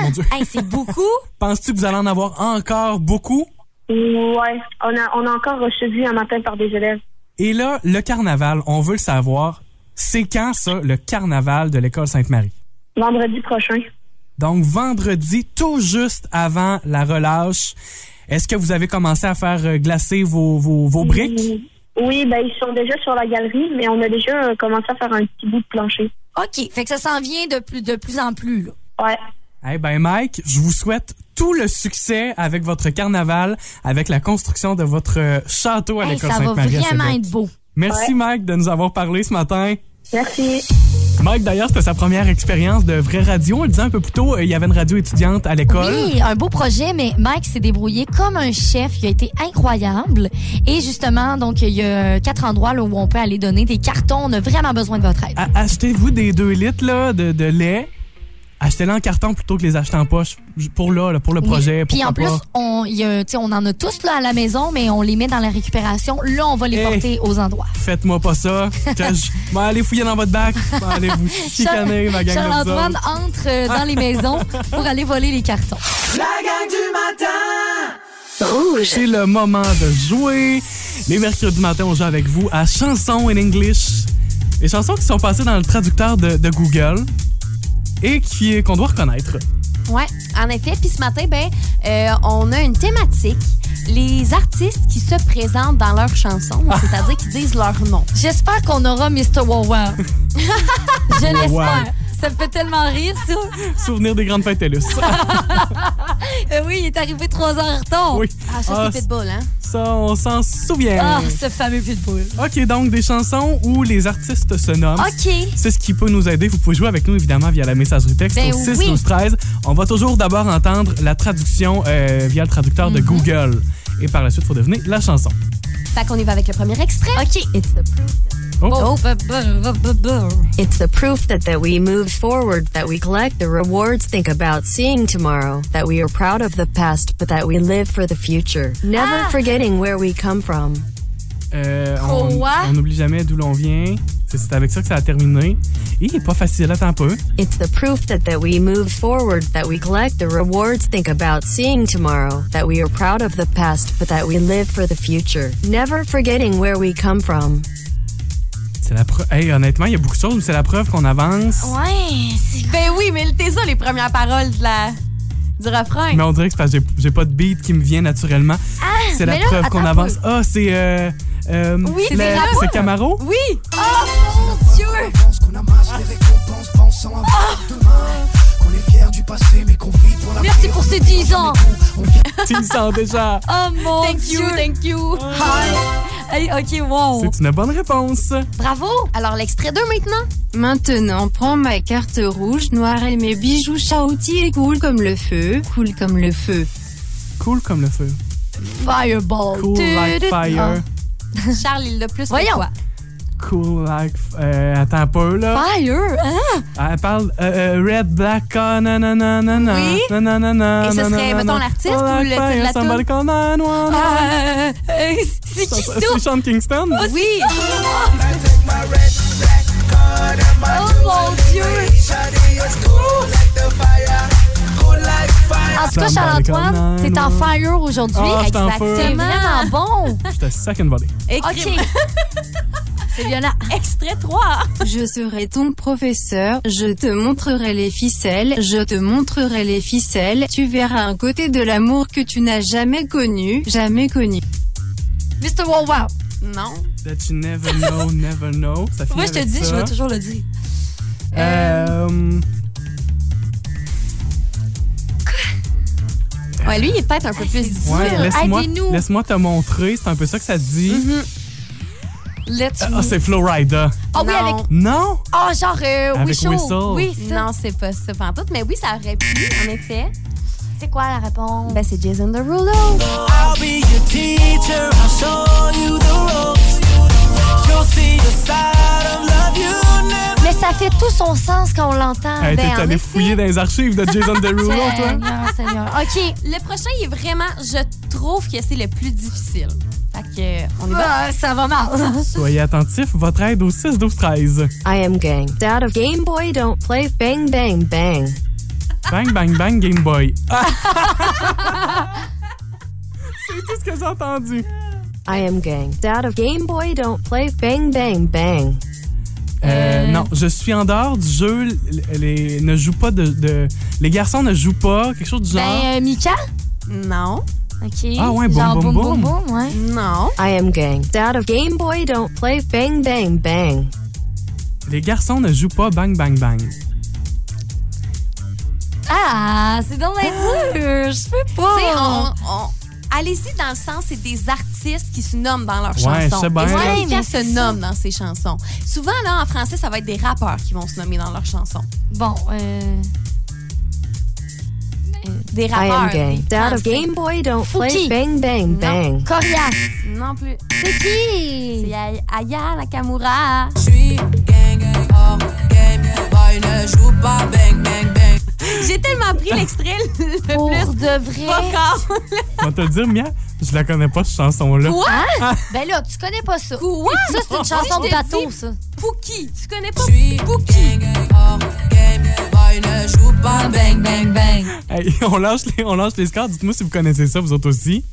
Speaker 6: Hein?
Speaker 2: Hey, c'est beaucoup! <laughs>
Speaker 6: Penses-tu que vous allez en avoir encore beaucoup?
Speaker 8: Ouais, on a, on a encore reçu un matin par des élèves.
Speaker 6: Et là, le carnaval, on veut le savoir, c'est quand ça, le carnaval de l'école Sainte-Marie?
Speaker 8: Vendredi prochain.
Speaker 6: Donc, vendredi, tout juste avant la relâche, est-ce que vous avez commencé à faire euh, glacer vos, vos, vos briques?
Speaker 8: Oui, ben ils sont déjà sur la galerie, mais on a déjà euh, commencé à faire un petit bout de plancher.
Speaker 2: OK. Fait que ça s'en vient de plus, de plus en plus, là.
Speaker 8: Ouais.
Speaker 6: Eh ben, Mike, je vous souhaite tout le succès avec votre carnaval, avec la construction de votre euh, château à
Speaker 2: Hey,
Speaker 6: l'école
Speaker 2: ça va
Speaker 6: Sainte-Marie. à
Speaker 2: vraiment
Speaker 6: Sébec.
Speaker 2: être beau.
Speaker 6: Merci, Mike, de nous avoir parlé ce matin.
Speaker 8: Merci.
Speaker 6: Mike, d'ailleurs, c'était sa première expérience de vraie radio. On le disait un peu plus tôt, euh, il y avait une radio étudiante à l'école.
Speaker 2: Oui, un beau projet, mais Mike s'est débrouillé comme un chef. Il a été incroyable. Et justement, donc, il y a quatre endroits là, où on peut aller donner des cartons. On a vraiment besoin de votre aide.
Speaker 6: A- Achetez-vous des 2 litres là, de, de lait. Achetez-les en carton plutôt que les acheter en poche. J- Pour là, là, pour le
Speaker 2: Oui.
Speaker 6: projet.
Speaker 2: Puis
Speaker 6: pourquoi
Speaker 2: en plus,
Speaker 6: pas.
Speaker 2: on, il y a- tu sais, on en a tous là à la maison, mais on les met dans la récupération. Là, on va les
Speaker 6: Hey.
Speaker 2: porter aux endroits.
Speaker 6: Faites-moi pas
Speaker 2: <laughs>
Speaker 6: ça. que je vais aller fouiller dans votre bac. Je vais aller vous chicaner, ma gang de vous
Speaker 2: Charles-Antoine
Speaker 6: autres.
Speaker 2: entre euh, dans les maisons pour aller voler les cartons.
Speaker 3: La gang du matin
Speaker 6: C'est le moment de jouer. Les mercredis matin, on joue avec vous à Chansons in English. Les chansons qui sont passées dans le traducteur de, de Google et qui qu'on doit reconnaître.
Speaker 9: Ouais, en effet. Puis ce matin, ben, euh, on a une thématique. Les artistes qui se présentent dans leurs chansons, donc c'est-à-dire qui disent leur nom.
Speaker 2: Ah. J'espère qu'on aura Mr.
Speaker 9: <laughs>
Speaker 2: Wawa. Je l'espère.
Speaker 6: Wawa.
Speaker 2: Ça me fait tellement rire, ça.
Speaker 6: Souvenir des grandes fêtes
Speaker 2: <laughs>
Speaker 6: TELUS.
Speaker 2: Euh, oui, il est arrivé trois heures en retard.
Speaker 6: oui.
Speaker 9: Ah, ça, c'est Pitbull, hein?
Speaker 6: ça, on s'en souvient.
Speaker 2: Ah, ce fameux pitbull.
Speaker 6: OK, donc des chansons où les artistes se nomment.
Speaker 2: OK.
Speaker 6: C'est ce qui peut nous aider. Vous pouvez jouer avec nous, évidemment, via la messagerie texte
Speaker 2: Ben
Speaker 6: au 6
Speaker 2: oui.
Speaker 6: 12 13. On va toujours d'abord entendre la traduction euh, via le traducteur
Speaker 2: Mm-hmm.
Speaker 6: de Google. Et par la suite, il faut deviner la chanson.
Speaker 9: Fait qu'on y va avec le premier extrait.
Speaker 2: OK.
Speaker 10: It's the proof.
Speaker 2: Oh, bah, bah, bah, bah, bah.
Speaker 10: It's the proof that that we move forward, that we collect the rewards, think about seeing tomorrow, that we are proud of the past, but that we live for the future, never forgetting where we come from.
Speaker 6: Euh, on
Speaker 2: Quoi?
Speaker 6: on n'oublie jamais d'où l'on vient. C'est- C'est avec ça que ça a terminé. Il est pas facile, attends un peu.
Speaker 10: It's the proof that that we move forward, that we collect the rewards, think about seeing tomorrow, that we are proud of the past, but that we live for the future, never forgetting where we come from.
Speaker 6: C'est la preuve. Hey, honnêtement, il y a beaucoup de choses, mais c'est la preuve qu'on avance.
Speaker 2: Ouais, c'est...
Speaker 9: Ben oui, mais t'es ça, les premières paroles de la... du refrain.
Speaker 6: Mais on dirait que c'est parce que j'ai- j'ai pas de beat qui me vient naturellement. c'est la
Speaker 2: Ah, mais là,
Speaker 6: preuve qu'on
Speaker 2: attends
Speaker 6: avance. Ah, c'est. euh, euh,
Speaker 9: Oui,
Speaker 6: le-
Speaker 9: c'est ça.
Speaker 6: c'est Camaro?
Speaker 9: Oui!
Speaker 2: Oh, mon Dieu!
Speaker 7: pense qu'on amasse les récompenses, pensant à
Speaker 9: Ah.
Speaker 7: demain. Qu'on est fier du passé, mais qu'on vit pour la
Speaker 2: Merci pour ces 10 ans.
Speaker 6: tu le sens
Speaker 2: <laughs>
Speaker 6: déjà.
Speaker 2: Oh, mon
Speaker 9: Thank
Speaker 2: Dieu!
Speaker 9: you, thank you.
Speaker 2: Hi. Hey, OK, wow.
Speaker 6: C'est une bonne réponse.
Speaker 2: Bravo.
Speaker 9: Alors, l'extrait 2 maintenant.
Speaker 10: Maintenant, prends ma carte rouge, noire et mes bijoux chaotis et cool comme le feu, cool comme le feu.
Speaker 6: Cool comme le feu.
Speaker 2: Fireball.
Speaker 6: Cool like fire.
Speaker 9: Ah. Charles, il l'a plus
Speaker 2: Voyons.
Speaker 9: que toi.
Speaker 6: cool like. Euh, attends un peu, là.
Speaker 9: Ah.
Speaker 2: Fire, hein?
Speaker 6: Elle parle euh, euh, Red Black, ah, nanana, nanana,
Speaker 9: Oui.
Speaker 6: nanana,
Speaker 9: Et ce
Speaker 6: nanana,
Speaker 9: serait, mettons,
Speaker 6: nanana.
Speaker 9: l'artiste ou
Speaker 6: Black
Speaker 9: le titre de
Speaker 6: fire,
Speaker 9: la tune?
Speaker 6: somebody call 911.
Speaker 9: Ah, euh, c'est qui ça?
Speaker 6: C'est Sean Kingston?
Speaker 2: Ah,
Speaker 9: Oui!
Speaker 7: Oh mon dieu!
Speaker 2: En tout cas,
Speaker 6: Somebody
Speaker 2: Charles-Antoine,
Speaker 6: call
Speaker 2: t'es en
Speaker 6: 911.
Speaker 2: fire aujourd'hui.
Speaker 6: Ah, je suis en feu.
Speaker 2: T'es vraiment bon.
Speaker 6: J'étais second volley.
Speaker 9: Écris-
Speaker 2: OK.
Speaker 9: <laughs>
Speaker 2: C'est violent.
Speaker 9: Extrait 3.
Speaker 10: Je serai ton professeur, je te montrerai les ficelles, je te montrerai les ficelles, tu verras un côté de l'amour que tu n'as jamais connu, jamais connu.
Speaker 2: Mr. Wow Wow.
Speaker 9: Non.
Speaker 6: That you never know, never know. Ça finit
Speaker 2: Moi, je te
Speaker 6: avec
Speaker 2: dis,
Speaker 6: ça.
Speaker 2: je vais toujours le dire.
Speaker 6: Euh,
Speaker 9: Ouais, lui, il est peut-être un peu plus difficile.
Speaker 6: ouais, laisse-moi,
Speaker 2: aidez-nous.
Speaker 6: laisse-moi te montrer. C'est un peu ça que ça dit.
Speaker 9: Mm-hmm.
Speaker 2: Let's
Speaker 6: Ah, c'est Florida.
Speaker 2: Ah oui, avec.
Speaker 9: Non.
Speaker 6: Non?
Speaker 2: Ah, genre, euh,
Speaker 6: Avec
Speaker 2: Whistle.
Speaker 6: Whistle.
Speaker 2: Oui, ça.
Speaker 9: Non, c'est pas ça pantoute, mais oui, ça aurait pu, en effet.
Speaker 2: C'est quoi la réponse?
Speaker 9: Ben, c'est Jason Derulo.
Speaker 7: I'll be your teacher, I'll show you the ropes. You'll see the side of love you never
Speaker 2: Mais ça fait tout son sens quand on l'entend.
Speaker 6: Hey,
Speaker 9: ben,
Speaker 6: t'es
Speaker 9: en
Speaker 6: allé
Speaker 9: effet.
Speaker 6: fouiller dans les archives de Jason Derulo,
Speaker 9: <laughs>
Speaker 6: toi?
Speaker 2: Seigneur, Seigneur. OK.
Speaker 9: Ah, Le prochain, il est vraiment, je trouve que c'est le plus difficile. Fait que, on est bon.
Speaker 2: Ah, ça va mal.
Speaker 6: Soyez attentifs. Votre aide au 6, 12, 13.
Speaker 10: I am ganked out of Game Boy, don't play bang bang bang.
Speaker 6: Bang, bang, bang, Game Boy. Ah! <laughs> c'est tout ce que j'ai entendu.
Speaker 10: I am ganked out of Game Boy, don't play bang bang bang.
Speaker 6: Euh, non, je suis en dehors du jeu. Les, les- ne joue pas de, de- Les garçons ne jouent pas. Quelque chose du genre.
Speaker 2: Ben, euh, Mika.
Speaker 9: Non.
Speaker 2: OK.
Speaker 6: Ah ouais, boum,
Speaker 2: Genre,
Speaker 6: boum, boum.
Speaker 2: boum, boum, ouais.
Speaker 9: Non.
Speaker 10: I am ganked out of Game Boy, don't play bang bang bang.
Speaker 9: euh,
Speaker 6: Les garçons ne jouent pas bang bang bang.
Speaker 2: Ah, c'est dans la dure. Je peux
Speaker 9: Tu sais, on-
Speaker 2: pas.
Speaker 9: on- Allez-y dans le sens, c'est des artistes qui se nomment dans leurs
Speaker 6: Ouais,
Speaker 9: chansons.
Speaker 6: je sais bien.
Speaker 9: Et
Speaker 2: Ouais, mais
Speaker 9: Mika
Speaker 2: c'est
Speaker 9: se nomme dans ses chansons. Souvent, là, en français, ça va être des rappeurs qui vont se nommer dans leurs chansons.
Speaker 2: Bon, euh.
Speaker 9: Des
Speaker 10: I
Speaker 9: rappeurs.
Speaker 10: am
Speaker 9: des
Speaker 10: ganked out of
Speaker 9: Français.
Speaker 10: Game Boy, don't
Speaker 2: Fouki.
Speaker 10: play bang bang bang.
Speaker 2: Coriace.
Speaker 9: Non plus.
Speaker 2: C'est
Speaker 9: C'est
Speaker 2: qui?
Speaker 9: Ay- Aya Nakamura. J'ai tellement
Speaker 2: <laughs>
Speaker 9: pris l'extrait le
Speaker 2: Pour
Speaker 9: plus
Speaker 2: de vrai.
Speaker 9: vocal.
Speaker 6: Je vais te le dire, Mia, je la connais pas, cette chanson-là.
Speaker 9: Quoi?
Speaker 2: Ben là, tu connais pas ça.
Speaker 9: Quoi?
Speaker 2: Ça, c'est une chanson
Speaker 9: Je
Speaker 2: de
Speaker 9: te
Speaker 2: bateau,
Speaker 9: dis,
Speaker 2: ça.
Speaker 9: Pookie. Tu connais pas Pookie?
Speaker 2: Bang, bang, bang.
Speaker 6: Hey, on, lâche les, on lâche les scores. Dites-moi si vous connaissez ça, vous autres aussi.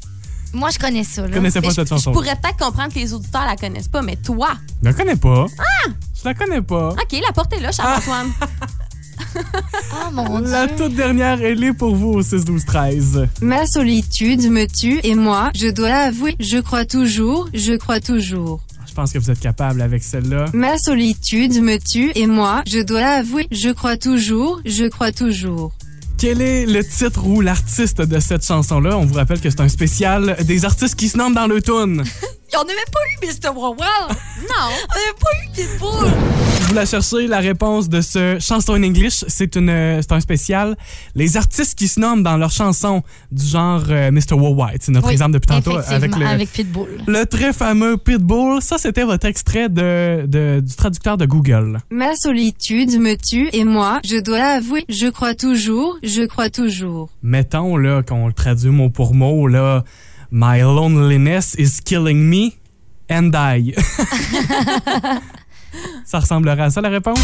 Speaker 2: Moi, je connais ça,
Speaker 6: Je
Speaker 2: là.
Speaker 6: connaissais pas
Speaker 9: Mais je,
Speaker 6: cette chanson.
Speaker 9: je pourrais peut-être comprendre que les auditeurs la connaissent pas, mais toi, Ah!
Speaker 6: Je la connais pas. Je la connais pas.
Speaker 9: OK, la porte est là, Charles-Antoine.
Speaker 2: Oh mon
Speaker 6: La
Speaker 2: dieu.
Speaker 6: toute dernière, elle est pour vous au 6, 12, 13.
Speaker 10: Ma solitude me tue et moi, je dois avouer, je crois toujours, je crois toujours.
Speaker 6: Je pense que vous êtes capable avec celle-là.
Speaker 10: Ma solitude me tue et moi, je dois avouer, je crois toujours, je crois toujours.
Speaker 6: Quel est le titre ou l'artiste de cette chanson-là? On vous rappelle que c'est un spécial des artistes qui se nomment dans le
Speaker 2: <laughs>
Speaker 6: tune.
Speaker 2: On n'avait pas eu Mr. Wow.
Speaker 9: non.
Speaker 2: <laughs> On n'avait pas eu Pitbull.
Speaker 6: Vous la cherchez, la réponse de ce Chanson in English, c'est une, euh, c'est un spécial. Les artistes qui se nomment dans leurs chansons du genre euh, Mr. Worldwide, c'est notre
Speaker 2: Oui,
Speaker 6: exemple depuis tantôt
Speaker 2: Effectivement,
Speaker 6: avec le,
Speaker 2: Pitbull.
Speaker 6: le très fameux Pitbull. Ça, c'était votre extrait de, de- du traducteur de Google.
Speaker 10: Ma solitude me tue et moi, je dois avouer, je crois toujours, je crois toujours.
Speaker 6: Mettons là qu'on le traduit mot pour mot là, My loneliness is killing me and I. <laughs> ça ressemblerait à ça la réponse.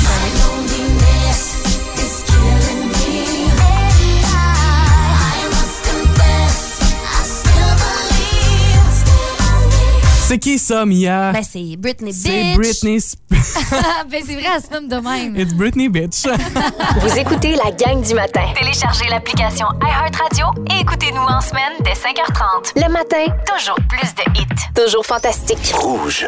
Speaker 6: C'est qui ça, Mia?
Speaker 9: Ben, c'est Britney Bitch.
Speaker 6: C'est Britney Spears.
Speaker 2: <laughs> Ah, ben c'est vrai, elle se nomme de même.
Speaker 6: <laughs> It's Britney Bitch. <laughs>
Speaker 4: Vous écoutez la gang du matin. Téléchargez l'application iHeartRadio et écoutez-nous en semaine dès 5h30. Le matin, toujours plus de hits. Toujours fantastique.
Speaker 5: Rouge.